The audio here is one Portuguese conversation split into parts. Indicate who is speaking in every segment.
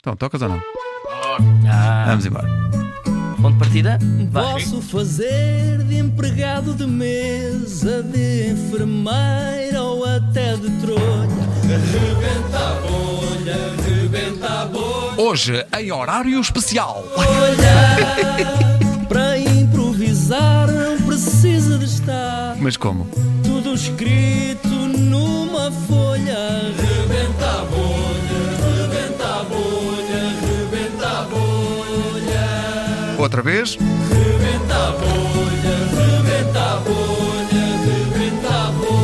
Speaker 1: Então, tocas ou não?
Speaker 2: Ah,
Speaker 1: Vamos embora.
Speaker 2: ponto de partida? Vai.
Speaker 3: Posso fazer de empregado de mesa, de enfermeira ou até de trolha.
Speaker 4: Hoje, em horário especial.
Speaker 3: Para improvisar não precisa de estar
Speaker 1: Mas como?
Speaker 3: tudo escrito numa folha. Rebenta a bolha, rebenta a bolha, rebenta a bolha.
Speaker 1: Outra vez?
Speaker 3: Rebenta a bolha, rebenta a bolha, rebenta a bolha.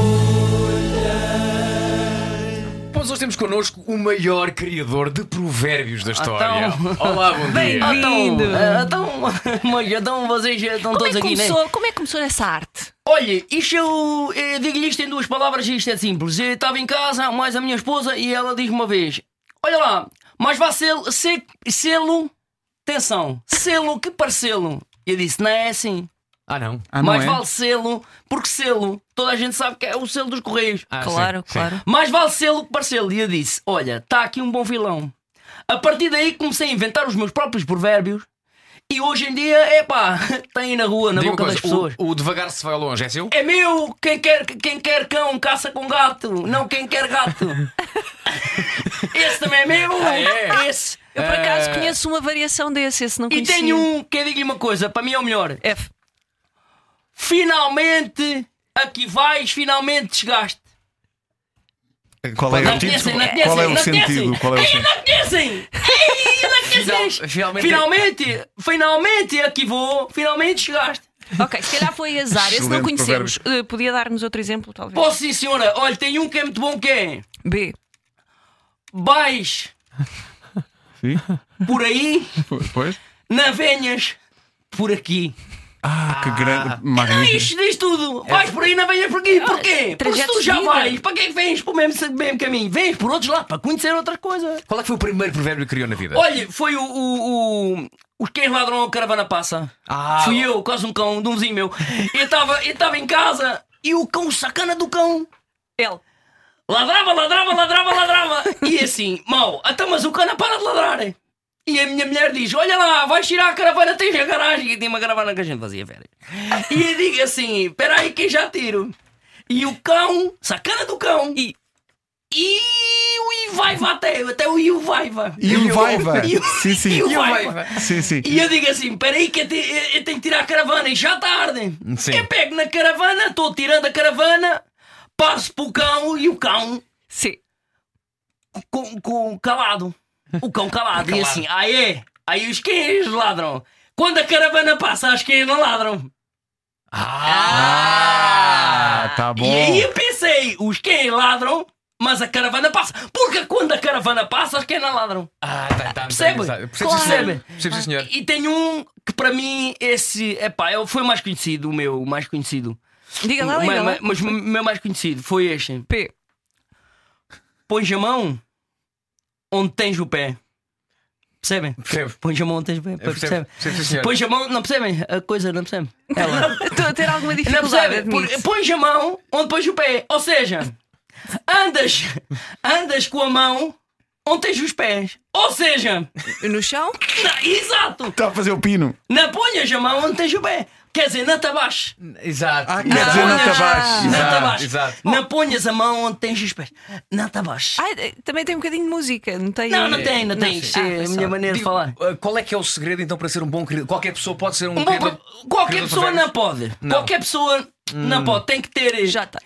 Speaker 4: Pois hoje temos connosco o maior criador de provérbios da história. Olá, bom dia.
Speaker 2: Ah, Então,
Speaker 5: Bem-vindo.
Speaker 2: ah, então, mas, então vocês estão
Speaker 5: Como é,
Speaker 2: todos
Speaker 5: que
Speaker 2: aqui, né?
Speaker 5: começou, como é que começou essa arte?
Speaker 2: Olha, isto eu, eh, digo-lhe isto em duas palavras e isto é simples. Eu estava em casa, mais a minha esposa, e ela diz-me uma vez: Olha lá, mas vá selo, se- selo, atenção, selo que parcelo. E eu disse: Não é assim.
Speaker 6: Ah, não.
Speaker 1: Ah, não
Speaker 2: mais
Speaker 1: é?
Speaker 2: vale selo, porque selo, toda a gente sabe que é o selo dos Correios.
Speaker 6: Ah,
Speaker 5: claro,
Speaker 6: sim, sim.
Speaker 5: claro.
Speaker 2: Mais vale selo que parcelo. E eu disse: Olha, está aqui um bom vilão. A partir daí comecei a inventar os meus próprios provérbios. E hoje em dia, é pá, tem na rua, na
Speaker 6: Diga uma
Speaker 2: boca das
Speaker 6: coisa, o-
Speaker 2: pessoas.
Speaker 6: o, devagar se vai longe, é seu?
Speaker 2: É meu! Quem quer, quem quer cão caça com gato, não quem quer gato. Esse também é meu!
Speaker 6: é?
Speaker 2: Esse!
Speaker 5: Eu por acaso conheço uma variação desse, esse não
Speaker 2: Ah. E
Speaker 5: conhecia.
Speaker 2: tenho um, que eu digo-lhe uma coisa, para mim é o melhor.
Speaker 5: F.
Speaker 2: Finalmente, aqui vais, finalmente chegaste.
Speaker 1: Qual é
Speaker 2: Não
Speaker 1: o
Speaker 2: conhecem,
Speaker 1: título?
Speaker 2: não
Speaker 1: Qual é
Speaker 2: conhecem,
Speaker 1: o
Speaker 2: não
Speaker 1: sentido?
Speaker 2: conhecem.
Speaker 1: Qual é o
Speaker 2: Ei,
Speaker 1: sentido?
Speaker 2: não conhecem! Ei, não conheces!
Speaker 6: finalmente-
Speaker 2: Finalmente, finalmente aqui vou, finalmente chegaste.
Speaker 5: Ok, se calhar foi azar, esse não
Speaker 1: Excelente
Speaker 5: conhecemos. Eh, podia dar-nos outro exemplo, talvez.
Speaker 2: Posso sim, senhora. Olha, tem um que é muito bom que é.
Speaker 5: B.
Speaker 2: Vais
Speaker 1: Sim?
Speaker 2: por aí,
Speaker 1: Pois?
Speaker 2: não venhas por aqui.
Speaker 1: Ah, que grande. Magnífico.
Speaker 2: Isto diz tudo! Vais por aí, não venhas por aqui! Porquê? Porque se
Speaker 5: trajeto
Speaker 2: tu
Speaker 5: Ah, de
Speaker 2: já
Speaker 5: vida.
Speaker 2: vais, para que é que vens pelo mesmo, mesmo caminho? Vens por outros lá, para conhecer outra coisa.
Speaker 6: Qual é que foi o primeiro provérbio que criou na vida?
Speaker 2: Olha, foi o. o, o os quem ladrão a caravana passa.
Speaker 6: Ah.
Speaker 2: Fui eu, quase um cão, de um vizinho meu. Eu estava eu tava em casa e o cão, sacana do cão,
Speaker 5: L.
Speaker 2: ladrava, ladrava, ladrava, ladrava. E assim, mau, até mas o cana para de ladrar. E a minha mulher diz: Olha lá, vais tirar a caravana, tens a garagem. E tinha uma caravana que a gente fazia férias. E eu digo assim: Espera aí, que eu já tiro. E o cão, sacana do cão,
Speaker 5: I.
Speaker 2: e o Ivaiva até, até o Ivaiva.
Speaker 1: E o Vaiva.
Speaker 2: E o-
Speaker 1: Sim, sim.
Speaker 2: e o
Speaker 1: E o
Speaker 2: Vaiva.
Speaker 1: Sim, sim.
Speaker 2: E eu digo assim: peraí, que eu, te- eu- eu tenho que tirar a caravana e já tarde.
Speaker 6: Sim.
Speaker 2: Eu pego na caravana, estou tirando a caravana, passo para o cão e o cão
Speaker 5: C.
Speaker 2: com, com calado. O cão calado. E assim, aí é, aí os cães ladram. Quando a caravana passa, é as cães não ladram.
Speaker 1: Ah, tá bom.
Speaker 2: E aí eu pensei: os cães ladram, mas a caravana passa. Porque quando a caravana passa, as cães não ladram.
Speaker 6: Ah, tá, tá,
Speaker 2: Percebe?
Speaker 6: Percebe?
Speaker 2: Claro.
Speaker 6: Percebe, sim, senhor.
Speaker 2: E tem um que para mim, esse, epá, eu- foi o mais conhecido, o meu, o mais conhecido.
Speaker 5: Diga lá,
Speaker 2: Ma-
Speaker 5: diga lá.
Speaker 2: ma- Mas o meu mais conhecido foi este:
Speaker 5: P.
Speaker 2: pões a mão onde tens o pé. Percebem?
Speaker 6: Percebe.
Speaker 2: Pões a mão onde tens o pé.
Speaker 6: Percebe,
Speaker 2: Percebem?
Speaker 6: percebe, sim, senhor.
Speaker 2: Pões a mão, não percebem? A coisa, não percebem? Ela.
Speaker 5: Estou a ter alguma
Speaker 2: Não
Speaker 5: dificuldade.
Speaker 2: percebe? Por-
Speaker 5: admito.
Speaker 2: Pões a mão onde pões o pé. Ou seja, andas, andas com a mão onde tens os pés. Ou seja,
Speaker 5: No chão?
Speaker 2: na- exato!
Speaker 1: Está Tá a fazer o pino.
Speaker 2: Não ponhas a mão onde tens o pé. Quer dizer, não te abaixes.
Speaker 6: Exato.
Speaker 1: Ah, quer
Speaker 6: exato.
Speaker 1: dizer, não te abaixes.
Speaker 2: Não te
Speaker 6: Exato,
Speaker 2: abaixes.
Speaker 6: exato.
Speaker 2: Não ponhas a mão onde tens os pés. Não te abaixes.
Speaker 5: Ai, eh, também tem um bocadinho de música, não tem?
Speaker 2: Não, não tem, não tem. Isto
Speaker 5: Ah,
Speaker 2: é a
Speaker 5: só.
Speaker 2: minha maneira de
Speaker 6: Digo,
Speaker 2: falar.
Speaker 6: ah, Qual é que é o segredo então para ser um bom criador? Qualquer pessoa pode ser um,
Speaker 2: Um bom
Speaker 6: criador.
Speaker 2: pro- Qualquer
Speaker 6: criador de
Speaker 2: pessoa não pode.
Speaker 6: provérbios? Não. Hum. tá.
Speaker 2: Qualquer pessoa não pode. Tem que ter. eh,
Speaker 5: Já está.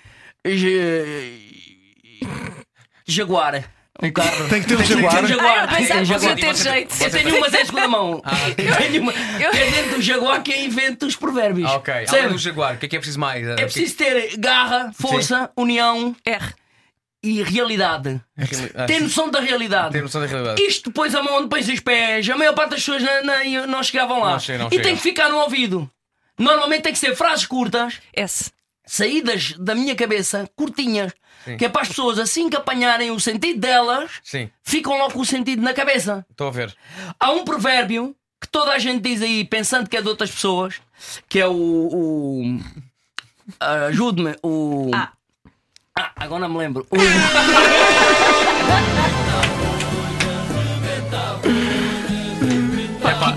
Speaker 2: ja- Jaguar. Um carro.
Speaker 1: Tem que ter um
Speaker 2: Tem que ter
Speaker 1: jaguar.
Speaker 2: um
Speaker 5: Ah, eu
Speaker 2: jaguar.
Speaker 5: pensava que
Speaker 2: Jaguar.
Speaker 5: podia ter jeito.
Speaker 2: Eu tenho uma em segunda mão.
Speaker 6: Ah.
Speaker 2: Eu tenho uma.
Speaker 5: Eu-
Speaker 2: Que é dentro do jaguar que inventa os provérbios.
Speaker 6: Ah, ok. Além
Speaker 2: Percebe?
Speaker 6: do jaguar, o que é que é preciso mais?
Speaker 2: É preciso ter garra, força, união
Speaker 5: R.
Speaker 2: e realidade.
Speaker 6: Ah,
Speaker 2: Ter noção da realidade.
Speaker 6: Ter noção da realidade.
Speaker 2: Isto depois a mão onde pões os pés, a maior parte das pessoas não, não, não chegavam lá.
Speaker 6: Não chegam, não
Speaker 2: e tem
Speaker 6: chegam.
Speaker 2: que ficar no ouvido. Normalmente tem que ser frases curtas,
Speaker 5: S.
Speaker 2: saídas da minha cabeça, curtinhas, que é para as pessoas assim que apanharem o sentido delas,
Speaker 6: Sim,
Speaker 2: ficam logo com o sentido na cabeça.
Speaker 6: estou a ver.
Speaker 2: Há um provérbio que toda a gente diz aí, pensando que é de outras pessoas, que é o. o- Ajude-me, o.
Speaker 5: Ah.
Speaker 2: Ah, agora não me lembro. O-
Speaker 6: pá.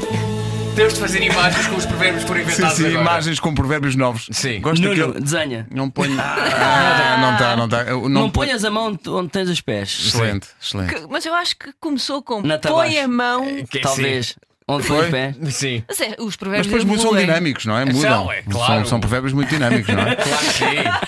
Speaker 6: Temos de fazer imagens com os provérbios que foram
Speaker 1: Sim,
Speaker 6: inventados
Speaker 1: sim,
Speaker 6: agora.
Speaker 1: imagens com provérbios novos.
Speaker 6: Sim.
Speaker 1: Gosto
Speaker 2: Tá Nuno,
Speaker 1: daquele.
Speaker 2: desenha.
Speaker 1: Não ponho. Ah, não está, não está. Não,
Speaker 2: Não,
Speaker 1: ponho-
Speaker 2: ponhas a mão onde- onde tens os pés.
Speaker 1: Excelente, excelente.
Speaker 5: Que- mas eu acho que começou com
Speaker 2: Na
Speaker 5: põe
Speaker 2: Tabasco.
Speaker 5: a mão.
Speaker 6: é
Speaker 4: Que
Speaker 2: Talvez. Onde põe os pés.
Speaker 4: Sim.
Speaker 5: Mas é, os
Speaker 1: Mas
Speaker 5: provérbios
Speaker 1: depois mu- são
Speaker 5: evoluem.
Speaker 1: dinâmicos, não é? Mudam.
Speaker 4: é claro.
Speaker 1: são, são provérbios muito dinâmicos, não é?
Speaker 4: Claro que sim.